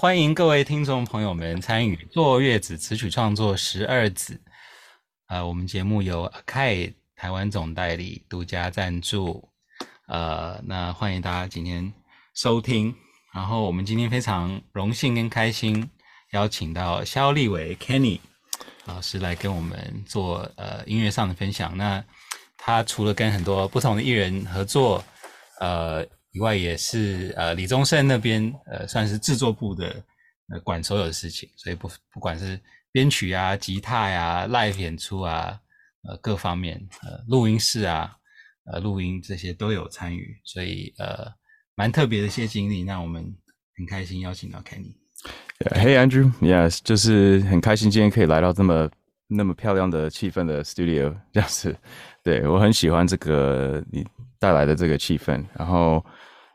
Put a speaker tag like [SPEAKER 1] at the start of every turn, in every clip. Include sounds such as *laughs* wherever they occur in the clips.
[SPEAKER 1] 欢迎各位听众朋友们参与《坐月子词曲创作十二子》。呃，我们节目由 a k a i 台湾总代理独家赞助。呃，那欢迎大家今天收听。然后我们今天非常荣幸跟开心邀请到肖立伟 Kenny 老师来跟我们做呃音乐上的分享。那他除了跟很多不同的艺人合作，呃以外，也是呃李宗盛那边呃算是制作部的呃管所有的事情，所以不不管是编曲啊、吉他呀、live 演出啊，呃各方面呃录音室啊。呃录音这些都有参与，所以呃蛮特别的一些经历。那我们很开心邀请到 Kenny。
[SPEAKER 2] Yeah, hey Andrew，Yes，就是很开心今天可以来到这么那么漂亮的气氛的 studio，这样子，对我很喜欢这个你带来的这个气氛，然后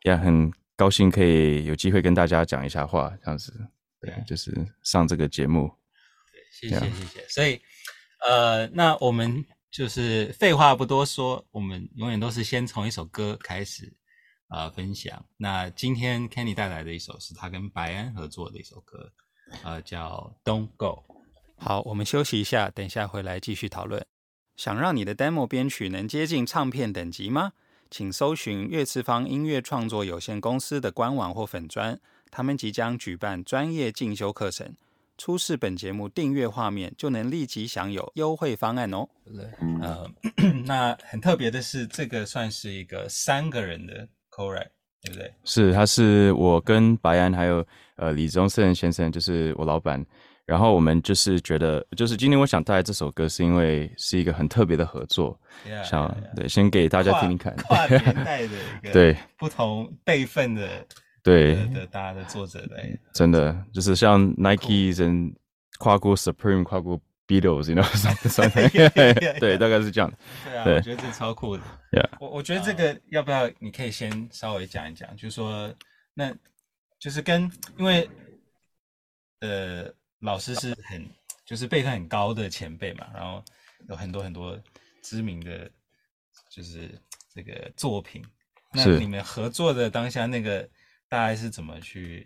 [SPEAKER 2] 也很高兴可以有机会跟大家讲一下话，这样子，对，就是上这个节目，
[SPEAKER 1] 谢
[SPEAKER 3] 啊
[SPEAKER 1] 谢谢谢。所以呃，那我们就是废话不多说，我们永远都是先从一首歌开始呃分享。那今天 Kenny 带来的一首是他跟白安合作的一首歌，呃叫《Don't Go》。
[SPEAKER 3] 好，我们休息一下，等一下回来继续讨论。想让你的 demo 编曲能接近唱片等级吗？请搜寻乐次方音乐创作有限公司的官网或粉专，他们即将举办专业进修课程。出示本节目订阅画面，就能立即享有优惠方案哦。
[SPEAKER 1] 呃， *coughs* 那很特别的是，这个算是一个三个人的 c o r e 对不对？
[SPEAKER 2] 是，他是我跟白安还有呃李宗盛先生，就是我老板。然后我们就是觉得，就是今天我想带来这首歌，是因为是一个很特别的合作
[SPEAKER 1] Yeah,
[SPEAKER 2] 想
[SPEAKER 1] yeah, yeah
[SPEAKER 2] 对先给大家听听看。
[SPEAKER 1] 哎跨跨年代的一个
[SPEAKER 2] *laughs* 对
[SPEAKER 1] 不同辈分的
[SPEAKER 2] 对，
[SPEAKER 1] 的的大家的作者来
[SPEAKER 2] 真的就是像 Nike 人跨过 Supreme，跨过 Beatles，你知道
[SPEAKER 1] *laughs* Yeah, yeah, yeah.
[SPEAKER 2] *laughs* 对，大概是这样。
[SPEAKER 1] 对啊，
[SPEAKER 2] 对
[SPEAKER 1] 我觉得这超酷的。
[SPEAKER 2] Yeah
[SPEAKER 1] 我我觉得这个要不要？你可以先稍微讲一讲，就是说，那就是跟因为呃，老师是很就是辈分很高的前辈嘛，然后有很多很多知名的就是这个作品。那
[SPEAKER 2] 是
[SPEAKER 1] 你们合作的当下，那个大概是怎么去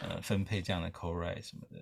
[SPEAKER 1] 呃分配这样的 co-write 什么的？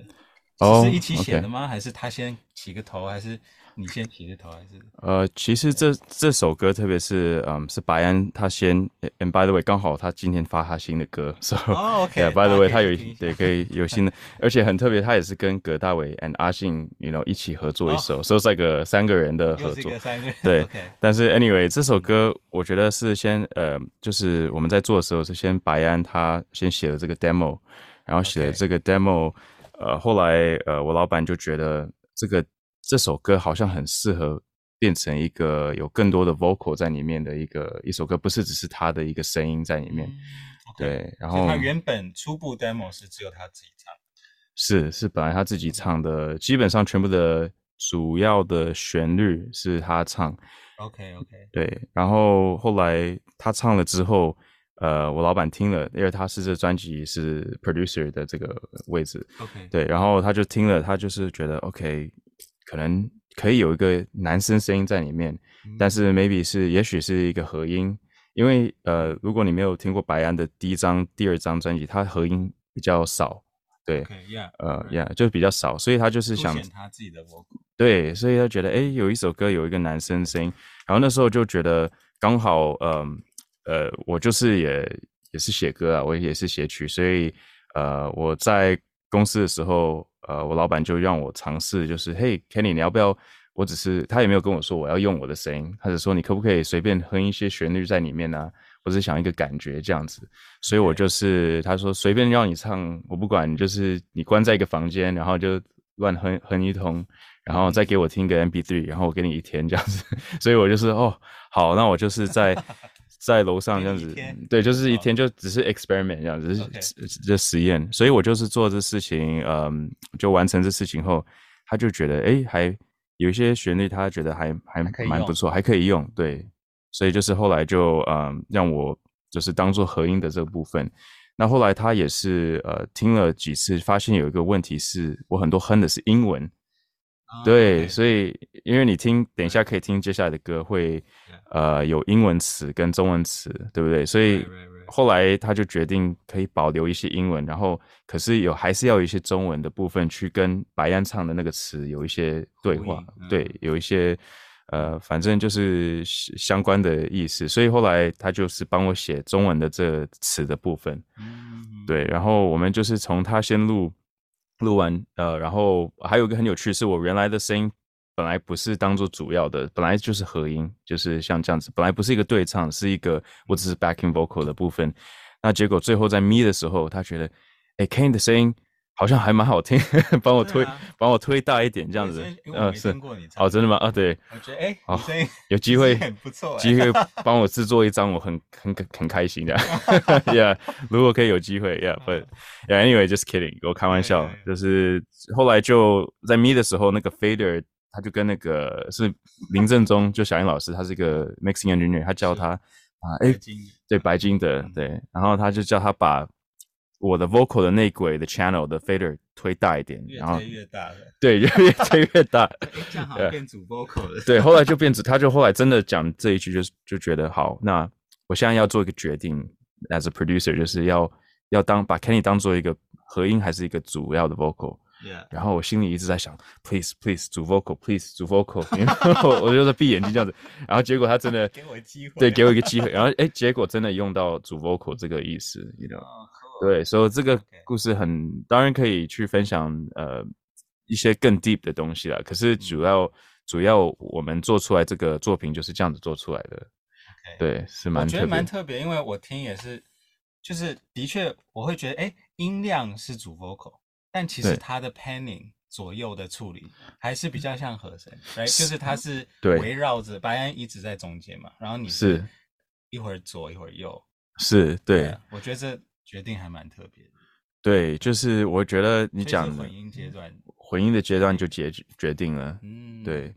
[SPEAKER 2] 哦
[SPEAKER 1] 是一起写
[SPEAKER 2] OK
[SPEAKER 1] 的吗还是他先起个头，还是你先起个头，还是？
[SPEAKER 2] 呃，其实这这首歌，特别是嗯，是白安他先，and by the way，刚好他今天发他新的歌，so
[SPEAKER 1] 哦，OK，
[SPEAKER 2] *laughs* yeah，by
[SPEAKER 1] 大家
[SPEAKER 2] the
[SPEAKER 1] 可
[SPEAKER 2] way，
[SPEAKER 1] 以
[SPEAKER 2] 他有
[SPEAKER 1] 去听一下
[SPEAKER 2] 对可以有新
[SPEAKER 1] *laughs*
[SPEAKER 2] 的，而且很特别，他也是跟葛大为 and 阿信，you know 一起合作一
[SPEAKER 1] 哦
[SPEAKER 2] 首，so 是一个三个人的合
[SPEAKER 1] 又是一
[SPEAKER 2] 作
[SPEAKER 1] 个，三个人，
[SPEAKER 2] 对
[SPEAKER 1] *laughs* OK，
[SPEAKER 2] 但是 anyway，这首歌我觉得是先呃，就是我们在做的时候是先白安他先写了这个 demo，然后写了
[SPEAKER 1] OK
[SPEAKER 2] 这个 demo，呃，后来呃我老板就觉得这个这首歌好像很适合变成一个有更多的 vocal 在里面的一个一首歌，不是只是他的一个声音在里面。
[SPEAKER 1] 嗯，OK，
[SPEAKER 2] 对，然
[SPEAKER 1] 所以
[SPEAKER 2] 后
[SPEAKER 1] 他原本初步 demo 是只有他自己唱，
[SPEAKER 2] 是是本来他自己唱的，基本上全部的主要的旋律是他唱。
[SPEAKER 1] OK OK，
[SPEAKER 2] 对，然后后来他唱了之后，呃，我老板听了，因为他是这专辑是 producer 的这个位置，
[SPEAKER 1] OK，
[SPEAKER 2] 嗯对，然后他就听了，他就是觉得 OK，可能可以有一个男生声音在里面，但是 maybe 是也许是一个合音，因为呃，如果你没有听过白安的第一张、第二张专辑，他合音比较少，对，
[SPEAKER 1] OK Yeah，
[SPEAKER 2] 呃
[SPEAKER 1] right，
[SPEAKER 2] ，yeah，就比较少，所以他就是
[SPEAKER 1] 凸
[SPEAKER 2] 想
[SPEAKER 1] 显他自己的 vocal，
[SPEAKER 2] 对，所以他觉得哎，诶有一首歌有一个男生声音，然后那时候就觉得刚好，嗯，呃，我就是也也是写歌啊，我也是写曲，所以呃，我在公司的时候，呃，我老板就让我尝试，就是嘿，Kenny，你要不要？我只是他也没有跟我说我要用我的声音，他只说你可不可以随便哼一些旋律在里面啊？我只想一个感觉这样子，所以我
[SPEAKER 1] OK
[SPEAKER 2] 就是他说随便让你唱，我不管，就是你关在一个房间，然后就乱哼哼一通，然后再给我听个 MP3，然后我给你一天这样子， *laughs* 所以我就是哦，好，那我就
[SPEAKER 1] *laughs*
[SPEAKER 2] 是在在楼上这样
[SPEAKER 1] 给你一
[SPEAKER 2] 子
[SPEAKER 1] 天，
[SPEAKER 2] 对，就是一
[SPEAKER 1] 哦
[SPEAKER 2] 天就只是 experiment 这样子，
[SPEAKER 1] OK
[SPEAKER 2] 只是就实验，所以我就是做这事情，嗯，就完成这事情后，他就觉得诶，还有一些旋律，他觉得还还
[SPEAKER 1] 还可以
[SPEAKER 2] 蛮
[SPEAKER 1] 用
[SPEAKER 2] 不错，还可以用，对，所以就是后来就嗯让我就是当做合音的这个部分。那后来他也是呃听了几次，发现有一个问题是我很多哼的是英文，
[SPEAKER 1] 啊
[SPEAKER 2] 对，
[SPEAKER 1] ，OK，
[SPEAKER 2] 所以因为你听，等一下可以听接下来的歌会，呃，有英文词跟中文词，对不对？所以
[SPEAKER 1] right，right，right
[SPEAKER 2] 后来他就决定可以保留一些英文，然后可是有还是要有一些中文的部分去跟白安唱的那个词有一些对话，
[SPEAKER 1] 呼应嗯
[SPEAKER 2] 对，有一些呃，反正就是相相关的意思。所以后来他就是帮我写中文的这词的部分，
[SPEAKER 1] 嗯，
[SPEAKER 2] 对，然后我们就是从他先录，录完，呃，然后还有一个很有趣，是我原来的声音本来不是当做主要的，本来就是合音，就是像这样子，本来不是一个对唱，是一个我只是 backing vocal 的部分。那结果最后在咪的时候，他觉得，哎，Kane 的声音好像还蛮好听， *laughs* 帮我推，
[SPEAKER 1] 啊
[SPEAKER 2] 帮我推大一点这样子，
[SPEAKER 1] 嗯，
[SPEAKER 2] 嗯，
[SPEAKER 1] 是
[SPEAKER 2] 是，
[SPEAKER 1] 哦
[SPEAKER 2] 哦，真的吗？啊，对，
[SPEAKER 1] 我觉得哎，
[SPEAKER 2] 哦
[SPEAKER 1] *laughs* 你声音
[SPEAKER 2] 有机会
[SPEAKER 1] 很不错哎
[SPEAKER 2] 机会帮我制作一张，我很很很开心的。yeah，如果可以有机会，Yeah，but yeah, anyway，just kidding，我开玩笑
[SPEAKER 1] Yeah, yeah,。yeah.
[SPEAKER 2] 就是后来就在 me 的时候，那个 fader 他就跟那个是林正宗，就小英老师，他是一个 mixing engineer，他教他啊，哎、 *laughs*
[SPEAKER 1] 经理
[SPEAKER 2] 对白金的
[SPEAKER 1] 嗯，
[SPEAKER 2] 对，然后他就叫他把我的 vocal 的内轨的 channel 的 fader 推大一点，
[SPEAKER 1] 越
[SPEAKER 2] 然后
[SPEAKER 1] 推越大了，
[SPEAKER 2] 对，越越推越大。
[SPEAKER 1] 哎这样好像变主 vocal 了。
[SPEAKER 2] *laughs* 对，后来就变成，他就后来真的讲这一句就，是就觉得好，那我现在要做一个决定，as a producer，就是要要当把 Kenny 当做一个合音还是一个主要的 vocal。 *laughs*
[SPEAKER 1] Yeah，
[SPEAKER 2] 然后我心里一直在想，please please 主 vocal，please 主 vocal，然 *laughs* 后我我就在闭眼睛这样子，然后结果他真的
[SPEAKER 1] 给我机会
[SPEAKER 2] 对给我一个机会，然后哎，结果真的用到主 vocal 这个意思，you know。
[SPEAKER 1] 哦，cool
[SPEAKER 2] 对，所以这个
[SPEAKER 1] OK
[SPEAKER 2] 故事很当然可以去分享呃一些更 deep 的东西啦。可是
[SPEAKER 1] 嗯
[SPEAKER 2] 主要、主要我们做出来这个作品就是这样子做出来的
[SPEAKER 1] OK
[SPEAKER 2] 对，是
[SPEAKER 1] 我
[SPEAKER 2] 蛮
[SPEAKER 1] 觉
[SPEAKER 2] 特
[SPEAKER 1] 得
[SPEAKER 2] 别
[SPEAKER 1] 蛮。特别，因为我听也是，就是的确我会觉得，哎，音量是主 vocal，但其实
[SPEAKER 2] 对
[SPEAKER 1] 它的 panning 左右的处理还是比较像和声，来就是它是
[SPEAKER 2] 对
[SPEAKER 1] 围绕着白安一直在中间嘛，然后你
[SPEAKER 2] 是
[SPEAKER 1] 一会儿左一会儿右，
[SPEAKER 2] 是，对
[SPEAKER 1] 啊，我觉得这决定还蛮特别的。
[SPEAKER 2] 对，就是我觉得你
[SPEAKER 1] 所以是
[SPEAKER 2] 讲的嗯
[SPEAKER 1] 混音阶段，
[SPEAKER 2] 混音的阶段就决决定了。
[SPEAKER 1] 嗯，
[SPEAKER 2] 对，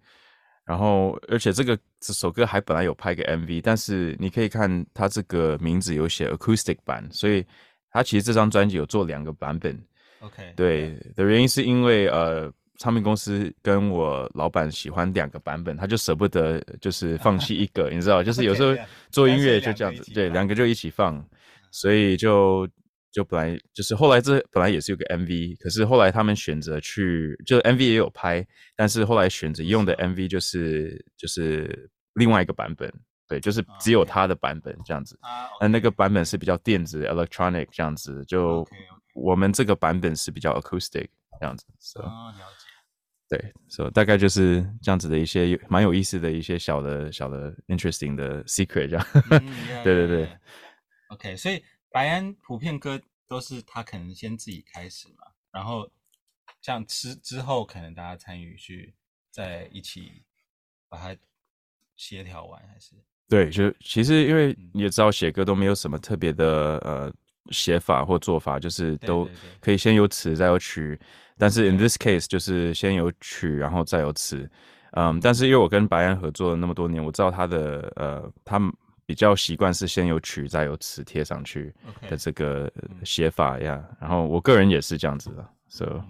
[SPEAKER 2] 然后而且这个这首歌还本来有拍个 MV，但是你可以看它这个名字有写 acoustic 版，所以它其实这张专辑有做两个版本。
[SPEAKER 1] ，OK，
[SPEAKER 2] 对的原因是因为呃，唱片公司跟我老板喜欢两个版本，他就舍不得就是放弃一
[SPEAKER 1] *laughs*
[SPEAKER 2] 个，你知道，就是有时候
[SPEAKER 1] Okay，yeah
[SPEAKER 2] *laughs* 做音
[SPEAKER 1] 干脆
[SPEAKER 2] 乐就这样
[SPEAKER 1] 两个一
[SPEAKER 2] 子
[SPEAKER 1] 起，
[SPEAKER 2] 对，
[SPEAKER 1] 放嗯
[SPEAKER 2] 两个就一起放，所以就就本来就是后来这本来也是有个 MV，可是后来他们选择去，就是 MV 也有拍，但是后来选择用的 MV 就是就是另外一个版本。对，就是只有
[SPEAKER 1] OK
[SPEAKER 2] 他的版本这样子。
[SPEAKER 1] 啊，OK，
[SPEAKER 2] 呃那那个版本是比较电子 electronic 这样子，就
[SPEAKER 1] OK，OK
[SPEAKER 2] 我们这个版本是比较 acoustic 这样子，所、so,
[SPEAKER 1] 哦，了解。
[SPEAKER 2] 对，所、so, 大概就是这样子的一些有蛮有意思的一些小的小的 interesting 的 secret 这样， *laughs*
[SPEAKER 1] 嗯
[SPEAKER 2] 对对。
[SPEAKER 1] yeah, yeah,
[SPEAKER 2] 对
[SPEAKER 1] yeah. OK，所以白安普遍歌都是他可能先自己开始嘛，然后这样之之后可能大家参与去在一起把它协调完，还是
[SPEAKER 2] 对，就其实因为
[SPEAKER 1] 嗯
[SPEAKER 2] 你也知道写歌都没有什么特别的呃写法或做法，就是
[SPEAKER 1] 对
[SPEAKER 2] 都
[SPEAKER 1] 对对
[SPEAKER 2] 可以先有词再有曲，但是 in
[SPEAKER 1] 对
[SPEAKER 2] this case 就是先有曲然后再有词，嗯，但是因为我跟白安合作了那么多年，我知道他的呃他们比较习惯是先有曲再有词贴上去
[SPEAKER 1] OK
[SPEAKER 2] 的这个
[SPEAKER 1] 嗯
[SPEAKER 2] 写法呀，然后我个人也是这样子的，so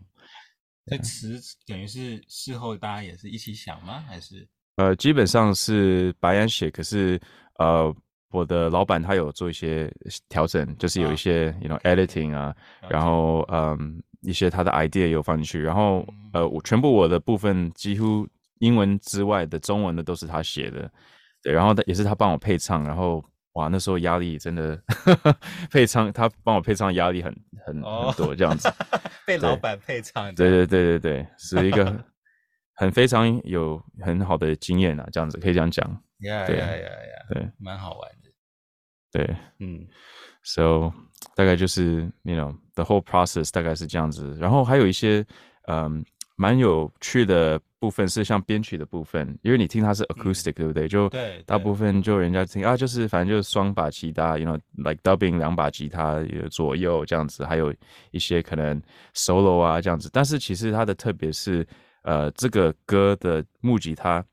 [SPEAKER 1] 这词等于是事后大家也是一起想吗？还是
[SPEAKER 2] 呃，基本上是白安写，可是呃，我的老板他有做一些调整，就是有
[SPEAKER 1] 啊
[SPEAKER 2] 一些、you know editing 啊，然后嗯，一些他的 idea 也有放进去，然后呃，
[SPEAKER 1] 嗯
[SPEAKER 2] 我全部我的部分几乎英文之外的中文的都是他写的，对，然后他也是他帮我配唱，然后哇，那时候压力真的 *laughs* 配唱，他帮我配唱压力很很
[SPEAKER 1] 哦
[SPEAKER 2] 很多这样子，
[SPEAKER 1] *laughs* 被老板配唱？
[SPEAKER 2] 对对对对对，是一个很非常有很好的经验啊，这样子可以这样讲，
[SPEAKER 1] 呀
[SPEAKER 2] 对
[SPEAKER 1] 呀呀呀，
[SPEAKER 2] 对，
[SPEAKER 1] 蛮好玩的。
[SPEAKER 2] 对
[SPEAKER 1] 嗯，
[SPEAKER 2] ，so 大概就是，you know，the whole process 大概是这样子，然后还有一些，嗯，蛮有趣的部分是像编曲的部分，因为你听它是 acoustic，、对不对？就
[SPEAKER 1] 嗯对
[SPEAKER 2] 大
[SPEAKER 1] 对
[SPEAKER 2] 部分就人家听啊，就是反正就是双把吉他，you know，like dubbing 两把吉他有左右这样子，还有一些可能 solo 啊这样子。但是其实它的特别是，呃，这个歌的木吉他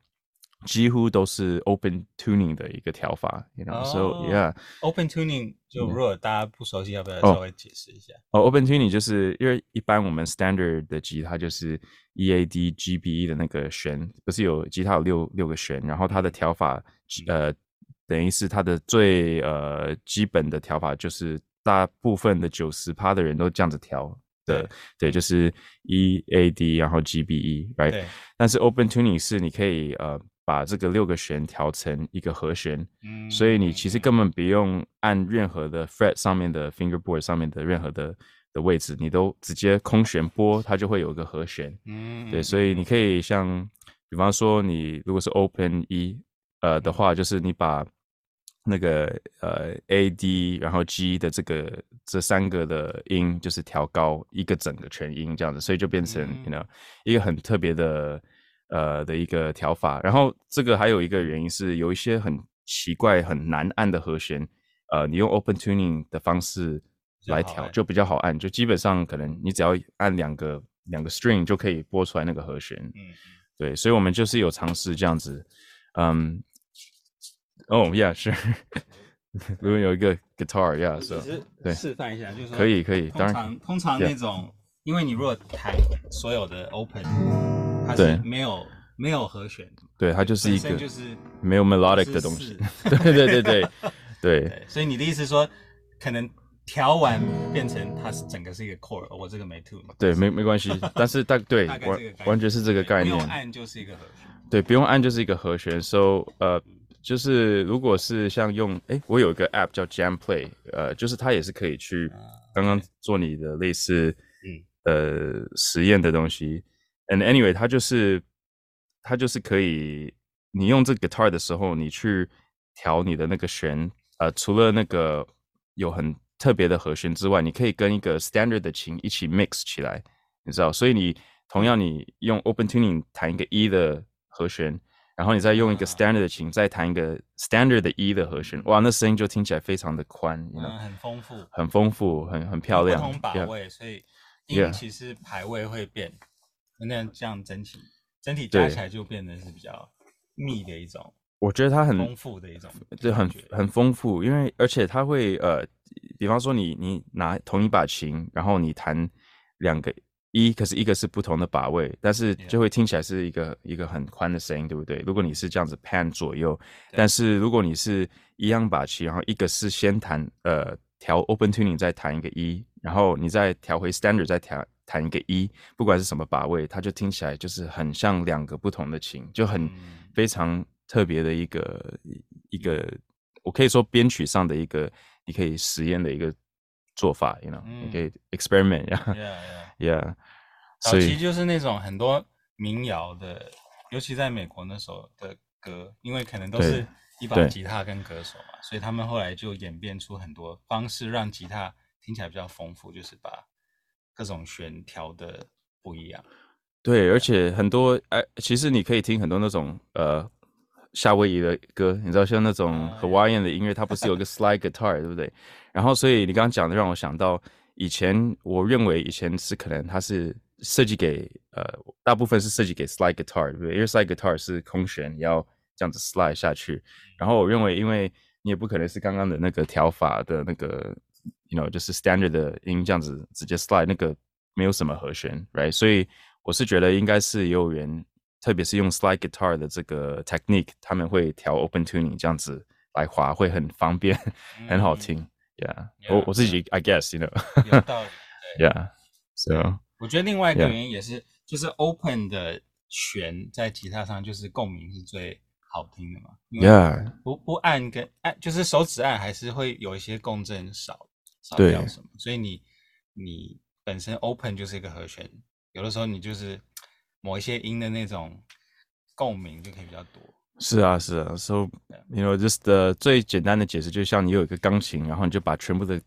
[SPEAKER 2] 几乎都是 open tuning 的一个调法，you know，so、
[SPEAKER 1] 哦
[SPEAKER 2] yeah，
[SPEAKER 1] Open Tuning 就如果大家不熟悉，要不要
[SPEAKER 2] 嗯哦
[SPEAKER 1] 稍微解释一下？
[SPEAKER 2] 哦，Open Tuning 就是因为一般我们 standard 的吉他就是 E A D G B E 的那个弦，不是有吉他有六六个弦，然后它的调法，呃，等于是它的最呃基本的调法，就是大部分的九十趴的人都这样子调的，对，就是 E A D，然后 G B E，right？
[SPEAKER 1] 对，
[SPEAKER 2] 但是 Open Tuning 是你可以呃把这个六个弦调成一个和弦，
[SPEAKER 1] 嗯
[SPEAKER 2] 所以你其实根本不用按任何的 fret 上面的 fingerboard 上面的任何的的位置，你都直接空弦拨，它就会有一个和弦。
[SPEAKER 1] 嗯
[SPEAKER 2] 对，所以你可以像，比方说你如果是 open 一呃的话，就是你把那个呃 A D 然后 G 的这个这三个的音就是调高一个整个全音这样子，所以就变成、you know 一个很特别的呃的一个调法。然后这个还有一个原因是有一些很奇怪很难按的和弦，呃，你用 open tuning 的方式
[SPEAKER 1] 较
[SPEAKER 2] 来
[SPEAKER 1] 好
[SPEAKER 2] 调
[SPEAKER 1] 按
[SPEAKER 2] 就比较好按，就基本上可能你只要按两个两个 string 就可以拨出来那个和弦。
[SPEAKER 1] 嗯
[SPEAKER 2] 对，所以我们就是有尝试这样子，嗯，哦，yeah，是， *laughs* 如果有一个 guitar，yeah，so
[SPEAKER 1] 只
[SPEAKER 2] 对
[SPEAKER 1] 是示范一下，就是说
[SPEAKER 2] 可以可以，
[SPEAKER 1] 通
[SPEAKER 2] 当然
[SPEAKER 1] 常通常
[SPEAKER 2] Yeah
[SPEAKER 1] 那种，因为你如果弹所有的 open，它是
[SPEAKER 2] 对
[SPEAKER 1] 没有没有和弦的，
[SPEAKER 2] 对，它就是
[SPEAKER 1] 本
[SPEAKER 2] 一
[SPEAKER 1] 身
[SPEAKER 2] 个
[SPEAKER 1] 就是
[SPEAKER 2] 没有
[SPEAKER 1] 就
[SPEAKER 2] melodic
[SPEAKER 1] 是
[SPEAKER 2] 的东西， *laughs*
[SPEAKER 1] 四
[SPEAKER 2] 对对对对对
[SPEAKER 1] *laughs* 对，所以你的意思是说，可能调完变成它是整个是一个 core，哦我这个没 two，
[SPEAKER 2] 对，没没关系，但是大对
[SPEAKER 1] 大概
[SPEAKER 2] 完
[SPEAKER 1] 这个概念
[SPEAKER 2] 完全是这个概
[SPEAKER 1] 不
[SPEAKER 2] 念
[SPEAKER 1] 用，按就是一个和弦，
[SPEAKER 2] 对，不用按就是一个和弦，so 呃，就是如果是像用，诶，我有一个 app 叫 Jam Play，呃，就是它也是可以去
[SPEAKER 1] 啊嗯
[SPEAKER 2] 刚刚做你的类似呃实验的东西，and anyway，它就是它就是可以，你用这个 guitar 的时候，你去调你的那个弦，呃，除了那个有很特别的和弦之外，你可以跟一个 standard 的琴一起 mix 起来。你知道，所以你同样你用 open tuning 弹一个一、的和弦，然后你再用一个 standard 的琴再弹一个 standard 的一、的和弦，哇，那声音就听起来非常的宽，你知道
[SPEAKER 1] 嗯，，很丰富，
[SPEAKER 2] 很丰富，很很漂亮，啊
[SPEAKER 1] 不同把
[SPEAKER 2] yeah，
[SPEAKER 1] 位，所以音
[SPEAKER 2] Yeah
[SPEAKER 1] 其实排位会变，那这样整体整体加
[SPEAKER 2] 对
[SPEAKER 1] 起来就变得是比较密的一种
[SPEAKER 2] 我觉得它很
[SPEAKER 1] 丰富的一种感觉，
[SPEAKER 2] 就很很丰富，因为而且它会呃，比方说你你拿同一把琴，然后你弹两个一，可是一个是不同的把位，但是
[SPEAKER 1] Yeah.
[SPEAKER 2] 就会听起来是一个一个很宽的声音，对不对？如果你是这样子 pan 左右，
[SPEAKER 1] 对
[SPEAKER 2] 但是如果你是一样把琴，然后一个是先弹呃调 open tuning 再弹一个一，然后你再调回 standard 再调弹一个一，不管是什么把位，它就听起来就是很像两个不同的琴，就很。
[SPEAKER 1] 嗯
[SPEAKER 2] 非常特别的一个一个，我可以说编曲上的一个你可以实验的一个做法，you know，、你可以 experiment *laughs* 呀
[SPEAKER 1] Yeah, 嗯 yeah.
[SPEAKER 2] ，yeah，
[SPEAKER 1] 早
[SPEAKER 2] 所
[SPEAKER 1] 期
[SPEAKER 2] 以
[SPEAKER 1] 就是那种很多民谣的，尤其在美国那时候的歌，因为可能都
[SPEAKER 2] 对
[SPEAKER 1] 是一把
[SPEAKER 2] 对
[SPEAKER 1] 吉他跟歌手嘛，所以他们后来就演变出很多方式让吉他听起来比较丰富，就是把各种弦调的不一样。
[SPEAKER 2] 对，而且很多哎、其实你可以听很多那种呃夏威夷的歌，你知道像那种
[SPEAKER 1] 啊
[SPEAKER 2] Hawaiian 的音乐，它不是有个 slide guitar 对不对？然后所以你刚刚讲的让我想到以前，我认为以前是可能它是设计给呃大部分是设计给 slide guitar 对不对？因为 slide guitar 是空弦，你要这样子 slide 下去。然后我认为，因为你也不可能是刚刚的那个调法的那个，you know，就是 standard 的音这样子直接 slide 那个没有什么和弦，right？所以我是觉得应该是也有人，特别是用 slide guitar 的这个 technique，他们会调 open tuning 这样子来滑，会很方便， *laughs* 很好听。Yeah，,
[SPEAKER 1] 嗯 Yeah，
[SPEAKER 2] 我我自己 I guess you know，yeah，so
[SPEAKER 1] 嗯有道理。
[SPEAKER 2] *laughs* yeah,
[SPEAKER 1] 我觉得另外一个
[SPEAKER 2] Yeah
[SPEAKER 1] 原因也是就是 open 的弦在吉他上就是共鸣是最好听的嘛。因
[SPEAKER 2] so,
[SPEAKER 1] 为
[SPEAKER 2] yeah
[SPEAKER 1] 不不按跟按，就是手指按还是会有一些共振少少
[SPEAKER 2] 对
[SPEAKER 1] 掉什么，所以你你本身 open 就是一个和弦，有的时候你就是某一些音的那种共鸣就可以比较多。
[SPEAKER 2] 是啊，是啊，so you know just the 最简单的解释，就像你有一个钢琴，然后你就把全部的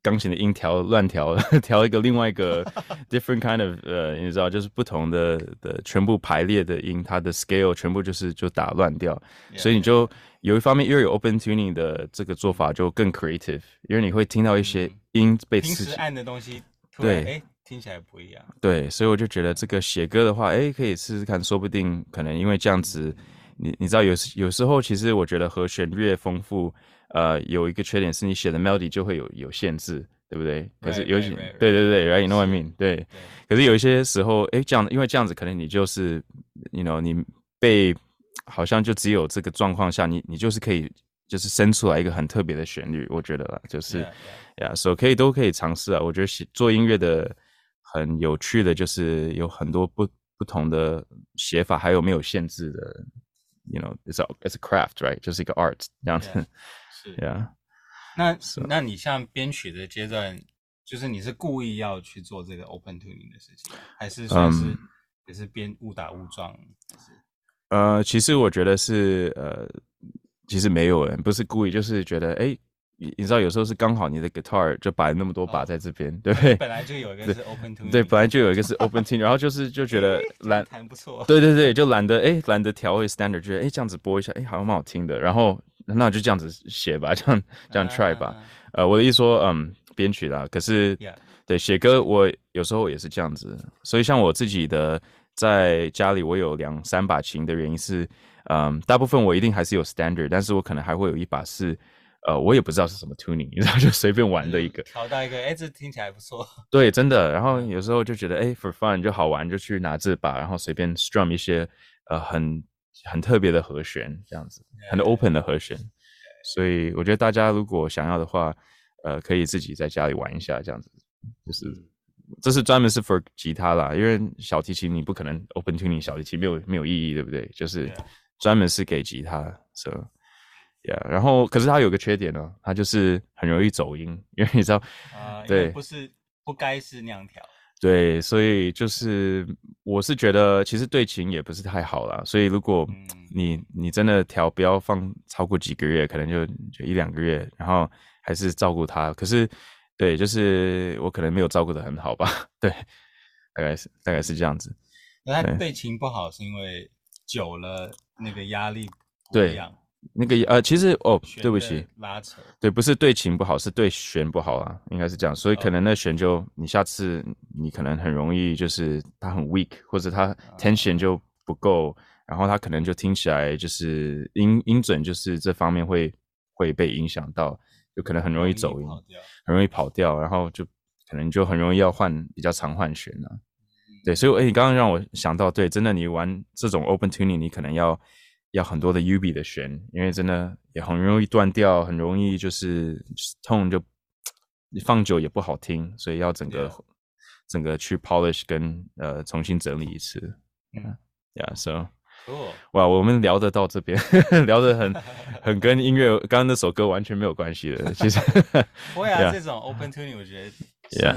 [SPEAKER 2] 钢琴的音调乱调， *laughs* 调一个另外
[SPEAKER 1] *laughs*
[SPEAKER 2] 一个 different kind of 呃，你知道，就是不同的的全部排列的音，它的 scale 全部就是就打乱掉所以你就有一方面，因为有 open tuning 的这个做法就更 creative，因为你会听到一些音被
[SPEAKER 1] 嗯平
[SPEAKER 2] 刺激
[SPEAKER 1] 时，按的东西突然
[SPEAKER 2] 对
[SPEAKER 1] 哎听起来不一样，
[SPEAKER 2] 对，所以我就觉得这个写歌的话，哎，可以试试看，说不定可能因为这样子，你你知道有时有时候其实我觉得和弦越丰富，呃，有一个缺点是你写的 melody 就会有有限制，对不对？可是
[SPEAKER 1] Right,
[SPEAKER 2] 有些
[SPEAKER 1] right, right,
[SPEAKER 2] 对对对，right，you know what I mean？对，
[SPEAKER 1] 对，
[SPEAKER 2] 可是有一些时候，哎，这样，因为这样子，可能你就是，you know，你被好像就只有这个状况下，你你就是可以就是生出来一个很特别的旋律，我觉得啦，就是呀，所以可以都可以尝试啊。我觉得写做音乐的很有趣的，就是有很多不不同的写法，还有没有限制的，you know，it's a it's a craft right，就是一个 art 这样子
[SPEAKER 1] Yeah，是
[SPEAKER 2] *laughs* 呀。
[SPEAKER 1] 那那你像编曲的阶段，就是你是故意要去做这个 open tuning 的事情，还是算是、
[SPEAKER 2] 嗯
[SPEAKER 1] 也是编误打误撞？就是
[SPEAKER 2] 呃，其实我觉得是呃，其实没有人不是故意，就是觉得哎，你你知道有时候是刚好你的 guitar 就摆那么多把
[SPEAKER 1] 哦
[SPEAKER 2] 在这边，对不
[SPEAKER 1] 本
[SPEAKER 2] 对？
[SPEAKER 1] 本来就有一个
[SPEAKER 2] 对
[SPEAKER 1] 是 open tuning，
[SPEAKER 2] 对，本来就有一个是 open tune，然后就是就觉得懒，
[SPEAKER 1] 弹不错，
[SPEAKER 2] *laughs* 对对对，就懒得哎，懒得调一 standard，觉得哎这样子播一下，哎好像蛮好听的，然后那就这样子写吧， *laughs* 这样这
[SPEAKER 1] 啊
[SPEAKER 2] 样 try 吧。呃，我的意思说，嗯，编曲啦，可是
[SPEAKER 1] Yeah
[SPEAKER 2] 对写歌，我有时候也是这样子。所以像我自己的，在家里我有两三把琴的原因是，嗯，大部分我一定还是有 standard，但是我可能还会有一把是。呃，我也不知道是什么 tuning，你知道，就随便玩的一个。
[SPEAKER 1] 调到一个，哎，这听起来不错，
[SPEAKER 2] 对，真的。然后有时候就觉得，哎，for fun 就好玩，就去拿这把，然后随便 strum 一些呃很很特别的和弦，这样子，很 open 的和弦。所以我觉得大家如果想要的话，呃，可以自己在家里玩一下，这样子，就是。
[SPEAKER 1] 嗯
[SPEAKER 2] 这是专门是 for 吉他啦，因为小提琴你不可能 open tuning 小提琴没有没有意义，对不对？就是
[SPEAKER 1] 啊
[SPEAKER 2] 专门是给吉他，so yeah。然后可是它有个缺点呢、它就是很容易走音，因为你知道
[SPEAKER 1] 啊、因为
[SPEAKER 2] 对
[SPEAKER 1] 不是不该是那样调，
[SPEAKER 2] 对，所以就是我是觉得，其实对琴也不是太好啦。所以如果
[SPEAKER 1] 嗯
[SPEAKER 2] 你你真的调，不要放超过几个月，可能就就一两个月，然后还是照顾它。可是，对，就是我可能没有照顾的很好吧？ *laughs* 对，大概是大概是这样子。
[SPEAKER 1] 那他
[SPEAKER 2] 对
[SPEAKER 1] 对琴不好是因为久了那个压力不
[SPEAKER 2] 对
[SPEAKER 1] 一样，
[SPEAKER 2] 那个呃，其实哦，
[SPEAKER 1] 弦
[SPEAKER 2] 对不
[SPEAKER 1] 的
[SPEAKER 2] 起，
[SPEAKER 1] 拉扯，
[SPEAKER 2] 对，不是对琴不好，是对弦不好啊，应该是这样。所以可能那弦就你下次你可能很容易就是它很 weak，或者它 tension 就不够，然后它可能就听起来就是音音准就是这方面会会被影响到，就可能很
[SPEAKER 1] 啊
[SPEAKER 2] 容易走音，
[SPEAKER 1] 跑掉。
[SPEAKER 2] 很容易跑调，然后就可能就很容易要换比较常换弦了、对，所以哎，诶你刚刚让我想到，对，真的你玩这种 open tuning，你可能要要很多的 U B 的弦，因为真的也很容易断掉，很容易就是就是 tone 就你放久也不好听，所以要整个整个去 polish 跟呃重新整理一次。啊
[SPEAKER 1] 嗯
[SPEAKER 2] ，Yeah，so。
[SPEAKER 1] Cool，
[SPEAKER 2] 哇，我们聊得到这边， *laughs* 聊得很很跟音乐刚刚那首歌完全没有关系的，其实
[SPEAKER 1] 不会啊，
[SPEAKER 2] Yeah
[SPEAKER 1] 这种 open tuning 我觉得
[SPEAKER 2] Yeah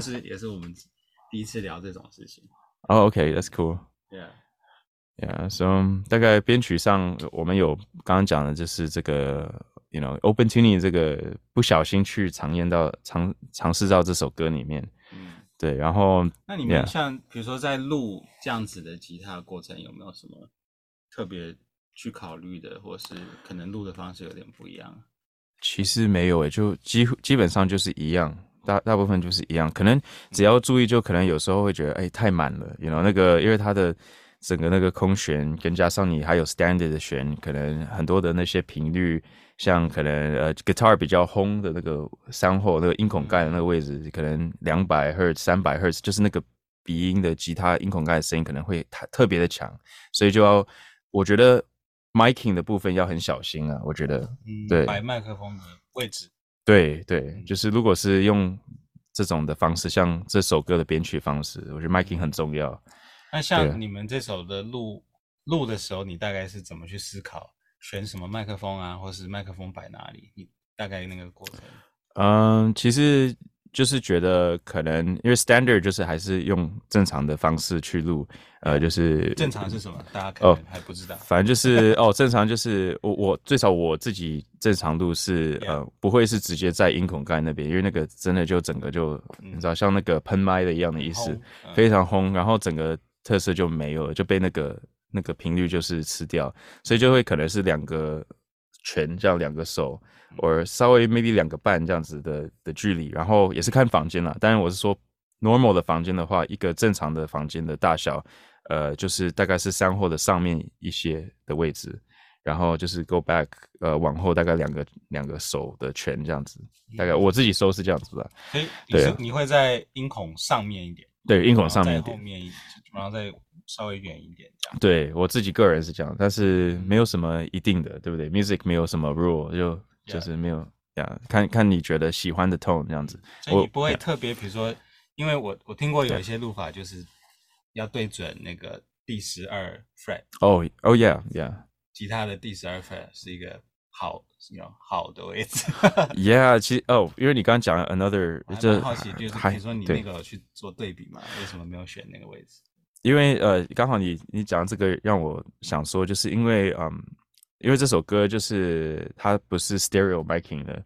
[SPEAKER 1] 算 是也是我们第一次聊这种事情。
[SPEAKER 2] 哦、o k that's cool。
[SPEAKER 1] 对啊，
[SPEAKER 2] Yeah, so um, 大概编曲上，我们有刚刚讲的，就是这个，you know, open tuning 这个不小心去尝验到尝尝试到这首歌里面，
[SPEAKER 1] 嗯，
[SPEAKER 2] 对，然后
[SPEAKER 1] 那你们
[SPEAKER 2] Yeah
[SPEAKER 1] 像比如说在录这样子的吉他的过程，有没有什么特别去考虑的，或是可能录的方式有点不一样？
[SPEAKER 2] 其实没有诶，欸就几乎基本上就是一样，大大部分就是一样。可能只要注意，就可能有时候会觉得，哎，太满了，you know，那个因为它的整个那个空弦，跟加上你还有 standard 的弦，可能很多的那些频率，像可能呃 guitar 比较轰的那个三后那个音孔盖的那个位置，可能两百赫、三百赫，就是那个鼻音的吉他音孔盖的声音可能会特特别的强，所以就要我觉得 miking 的部分要很小心啊，我觉得。
[SPEAKER 1] 嗯，
[SPEAKER 2] 对
[SPEAKER 1] 摆麦克风的位置。
[SPEAKER 2] 对对，就是如果是用这种的方式，像这首歌的编曲方式，我觉得 miking 很重要。
[SPEAKER 1] 那
[SPEAKER 2] 对
[SPEAKER 1] 像你们这首的录录的时候，你大概是怎么去思考选什么麦克风啊，或是麦克风摆哪里？你大概那个过程。
[SPEAKER 2] 嗯，其实就是觉得可能因为 standard 就是还是用正常的方式去录，呃，哦就是
[SPEAKER 1] 正常是什么？大家可能还不知道。
[SPEAKER 2] 反正就是哦，正常就是我我最少我自己正常录是
[SPEAKER 1] Yeah.
[SPEAKER 2] 呃不会是直接在音孔盖那边，因为那个真的就整个就、你知道像那个喷麦的一样的意思，
[SPEAKER 1] 轰嗯
[SPEAKER 2] 非常轰，然后整个特色就没有了，就被那个那个频率就是吃掉，所以就会可能是两个拳这样两个手，
[SPEAKER 1] 嗯
[SPEAKER 2] 或稍微 maybe 两个半这样子的的距离，然后也是看房间啦。当然我是说 normal 的房间的话，一个正常的房间的大小，呃，就是大概是三后的上面一些的位置，然后就是 go back，呃，往后大概两个两个手的拳这样子，大
[SPEAKER 1] 嗯
[SPEAKER 2] 概我自己收是这样子的，
[SPEAKER 1] 所以你是
[SPEAKER 2] 对啊
[SPEAKER 1] 你会在音孔上面一点，
[SPEAKER 2] 对，音
[SPEAKER 1] 音
[SPEAKER 2] 孔上面一点
[SPEAKER 1] 哦后。面一点，然后再稍微远一点这样。嗯
[SPEAKER 2] 对我自己个人是这样，但是没有什么一定的，对不对？Music 没有什么 rule，就就是没有呀，看看你觉得喜欢的 tone 这样子。
[SPEAKER 1] 所以
[SPEAKER 2] 我
[SPEAKER 1] 你不会特别，比如说，因为我我听过有一些录法就是要对准那个第十二 fret，
[SPEAKER 2] 哦哦 yeah yeah
[SPEAKER 1] 吉他的第十二 fret 是一个好是有好的位置。
[SPEAKER 2] yeah，其实哦，因为你刚刚讲了 another，
[SPEAKER 1] 我还
[SPEAKER 2] *laughs* 这
[SPEAKER 1] 蛮好奇，就是
[SPEAKER 2] 还
[SPEAKER 1] 你说你
[SPEAKER 2] 对
[SPEAKER 1] 那个有去做对比嘛？为什么没有选那个位置？
[SPEAKER 2] 因为呃，刚好你你讲这个让我想说，就是因为嗯，因为这首歌就是它不是 stereo miking 的，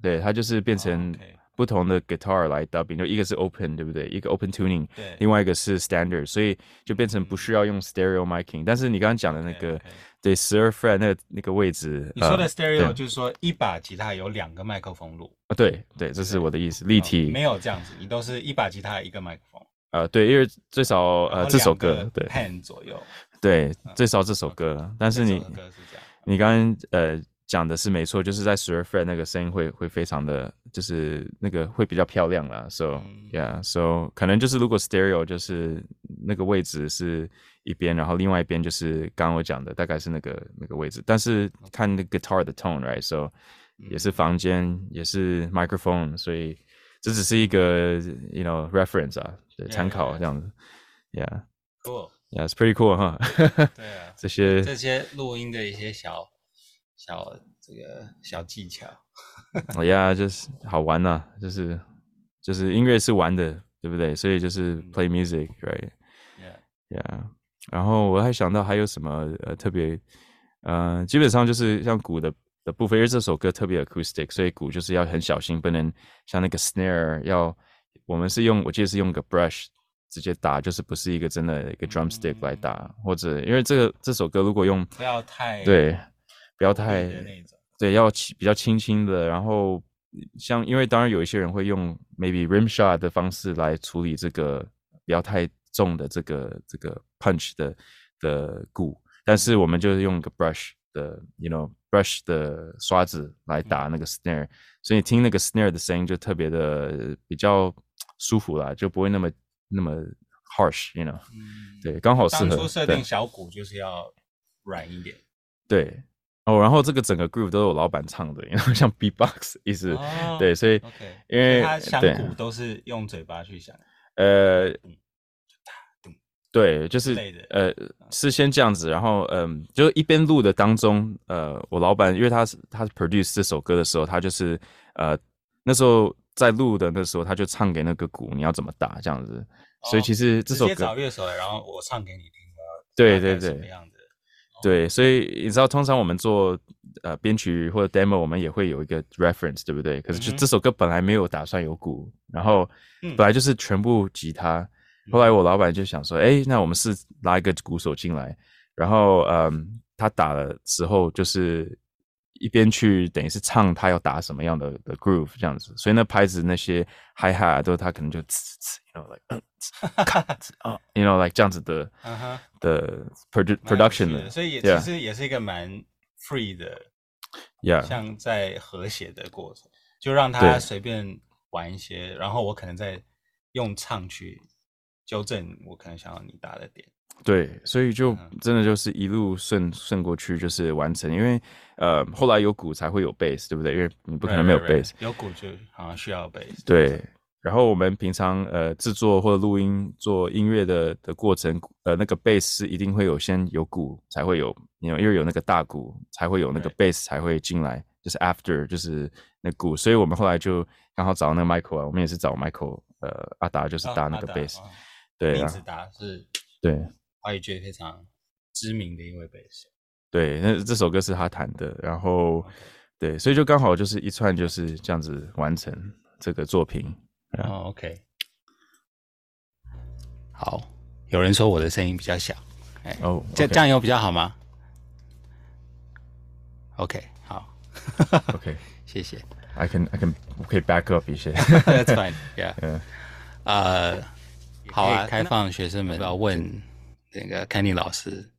[SPEAKER 2] 对，它就是变
[SPEAKER 1] 哦
[SPEAKER 2] 成
[SPEAKER 1] OK
[SPEAKER 2] 不同的 guitar 来 dubbing，就一个是 open，对不对？一个 open tuning，
[SPEAKER 1] 对
[SPEAKER 2] 另外一个是 standard，所以就变成不需要用 stereo miking。但是你刚刚讲的那个
[SPEAKER 1] OK，OK
[SPEAKER 2] 对十二 fret 那个那个位置，
[SPEAKER 1] 你说的
[SPEAKER 2] 呃
[SPEAKER 1] stereo
[SPEAKER 2] 对
[SPEAKER 1] 就是说一把吉他有两个麦克风录，
[SPEAKER 2] 啊对对，这是我的意思，立
[SPEAKER 1] 立
[SPEAKER 2] 体
[SPEAKER 1] 哦没有这样子，你都是一把吉他一个麦克风，
[SPEAKER 2] 呃对，因为最少
[SPEAKER 1] 然
[SPEAKER 2] 呃
[SPEAKER 1] 后
[SPEAKER 2] 这首
[SPEAKER 1] 哦两个
[SPEAKER 2] 歌对
[SPEAKER 1] pan 左右，
[SPEAKER 2] 对
[SPEAKER 1] 嗯
[SPEAKER 2] 最少这首歌，但是
[SPEAKER 1] 这
[SPEAKER 2] 你
[SPEAKER 1] 首歌是这样。
[SPEAKER 2] 你刚刚呃讲的是没错，就是在十二 fret 那个声音会会非常的，就是那个会比较漂亮啦。So、
[SPEAKER 1] 嗯
[SPEAKER 2] yeah，so 可能就是如果 stereo 就是那个位置是一边，然后另外一边就是刚刚我讲的大概是那个那个位置，但是看那 guitar 的 tone，right？So 也
[SPEAKER 1] 嗯
[SPEAKER 2] 是房间，也是 microphone，所以这只是一个 you know reference 啊，对，
[SPEAKER 1] Yeah,
[SPEAKER 2] 参考
[SPEAKER 1] yeah,
[SPEAKER 2] 这样子。Yeah,
[SPEAKER 1] Cool，
[SPEAKER 2] yeah, it's pretty cool 哈、
[SPEAKER 1] 对啊，
[SPEAKER 2] *laughs* 这些
[SPEAKER 1] 这些录音的一些小小这个小技巧。
[SPEAKER 2] 哎呀，就是好玩呐、就是就是音乐是玩的，对不对？所以就是 play music，right？Yeah。
[SPEAKER 1] Yeah，
[SPEAKER 2] 然后我还想到还有什么呃特别，呃，基本上就是像鼓的的部分，因为这首歌特别 acoustic，所以鼓就是要很小心，不能像那个 snare 要，我们是用我记得是用个 brush 直接打，就是不是一个真的一个 drumstick 来打，或者因为这个这首歌如果用
[SPEAKER 1] 不要太
[SPEAKER 2] 对，不要
[SPEAKER 1] 不
[SPEAKER 2] 太
[SPEAKER 1] 的那种。
[SPEAKER 2] 对，要轻比较轻轻的，然后像因为当然有一些人会用 maybe rim shot 的方式来处理这个不要太重的这个这个 punch 的的鼓，但是我们就是用一个 brush 的，you know brush 的刷子
[SPEAKER 1] 嗯
[SPEAKER 2] 来打那个 snare，、所以你听那个 snare 的声音就特别的比较舒服啦，就不会那么那么 harsh，you know，
[SPEAKER 1] 嗯，
[SPEAKER 2] 对，刚好适合。
[SPEAKER 1] 当初设
[SPEAKER 2] 对
[SPEAKER 1] 定小鼓就是要软一点。
[SPEAKER 2] 对，哦，然后这个整个 groove 都是我老板唱的， *laughs* 然后像 beatbox 意思，
[SPEAKER 1] 哦
[SPEAKER 2] 对，所以
[SPEAKER 1] OK，
[SPEAKER 2] 因为
[SPEAKER 1] 它响
[SPEAKER 2] 对
[SPEAKER 1] 鼓都是用嘴巴去响
[SPEAKER 2] 呃
[SPEAKER 1] 嗯，
[SPEAKER 2] 对，就
[SPEAKER 1] 之
[SPEAKER 2] 是
[SPEAKER 1] 类的嗯
[SPEAKER 2] 呃是先这样子，然后嗯，就是一边录的当中，呃，我老板因为他是他是 produce 这首歌的时候，他就是呃那时候在录的那时候，他就唱给那个鼓你要怎么打这样子，所以
[SPEAKER 1] 哦
[SPEAKER 2] 其实这
[SPEAKER 1] 直
[SPEAKER 2] 首
[SPEAKER 1] 接
[SPEAKER 2] 歌
[SPEAKER 1] 找乐手来，然后我唱给你听。
[SPEAKER 2] 对
[SPEAKER 1] 大概
[SPEAKER 2] 对
[SPEAKER 1] 什
[SPEAKER 2] 对
[SPEAKER 1] 么样子？哦
[SPEAKER 2] 对，所以你知道，通常我们做呃编曲或者 demo，我们也会有一个 reference，对不对？可是就
[SPEAKER 1] 嗯哼
[SPEAKER 2] 这首歌本来没有打算有鼓，然后
[SPEAKER 1] 嗯
[SPEAKER 2] 本来就是全部吉他。后来我老板就想说，哎，那我们是拉一个鼓手进来，然后嗯，他打的时候就是一边去等于是唱他要打什么样的的 groove 这样子，所以那拍子那些 hi hat 都他可能就呲呲，you know like 嗯呲咔呲啊，you know like 这样子的
[SPEAKER 1] *laughs* 嗯哼
[SPEAKER 2] 的
[SPEAKER 1] 蛮
[SPEAKER 2] produ
[SPEAKER 1] 有
[SPEAKER 2] production
[SPEAKER 1] 趣
[SPEAKER 2] 的
[SPEAKER 1] 的，。所以也
[SPEAKER 2] yeah
[SPEAKER 1] 其实也是一个蛮 free 的，
[SPEAKER 2] Yeah，
[SPEAKER 1] 像在和谐的过程，就让他
[SPEAKER 2] 嗯对
[SPEAKER 1] 随便玩一些，然后我可能再用唱去纠正我可能想要你打的点。
[SPEAKER 2] 对，所以就
[SPEAKER 1] 嗯
[SPEAKER 2] 真的就是一路顺顺过去，就是完成。因为呃，后来有鼓才会有 bass，对不对？因为你不
[SPEAKER 1] 不
[SPEAKER 2] 可能没有 bass。
[SPEAKER 1] 有鼓就好像需要 bass。
[SPEAKER 2] 对，然后我们平常呃制作或者录音做音乐的的过程，呃，那个 bass 是一定会有先有鼓才会有，因为因为有那个大鼓才会有那个 bass 才会进来，就是 after 就是那鼓。所以我们后来就刚好找那个 Michael 啊，我们也是找 Michael 呃阿达，就是
[SPEAKER 1] 啊
[SPEAKER 2] 搭那
[SPEAKER 1] 阿
[SPEAKER 2] 个
[SPEAKER 1] 达
[SPEAKER 2] bass，、
[SPEAKER 1] 啊
[SPEAKER 2] 对
[SPEAKER 1] 林
[SPEAKER 2] 啊
[SPEAKER 1] 子，达是
[SPEAKER 2] 对。
[SPEAKER 1] 华语界非常知名的一位贝斯手。
[SPEAKER 2] 对，那这首歌是他弹的，然后对，所以就刚好就是一串就是这样子完成这个作品。对啊
[SPEAKER 1] 哦，OK。好，有人说我的声音比较小，
[SPEAKER 2] 哦，
[SPEAKER 1] 这
[SPEAKER 2] OK，
[SPEAKER 1] 这样有比较好吗？OK，好，
[SPEAKER 2] OK，I
[SPEAKER 1] 谢谢。
[SPEAKER 2] can I can 我可以 back up 一些。
[SPEAKER 1] That's fine. Yeah. 呃，好啊，开放学生们要问那个 Kenny 老师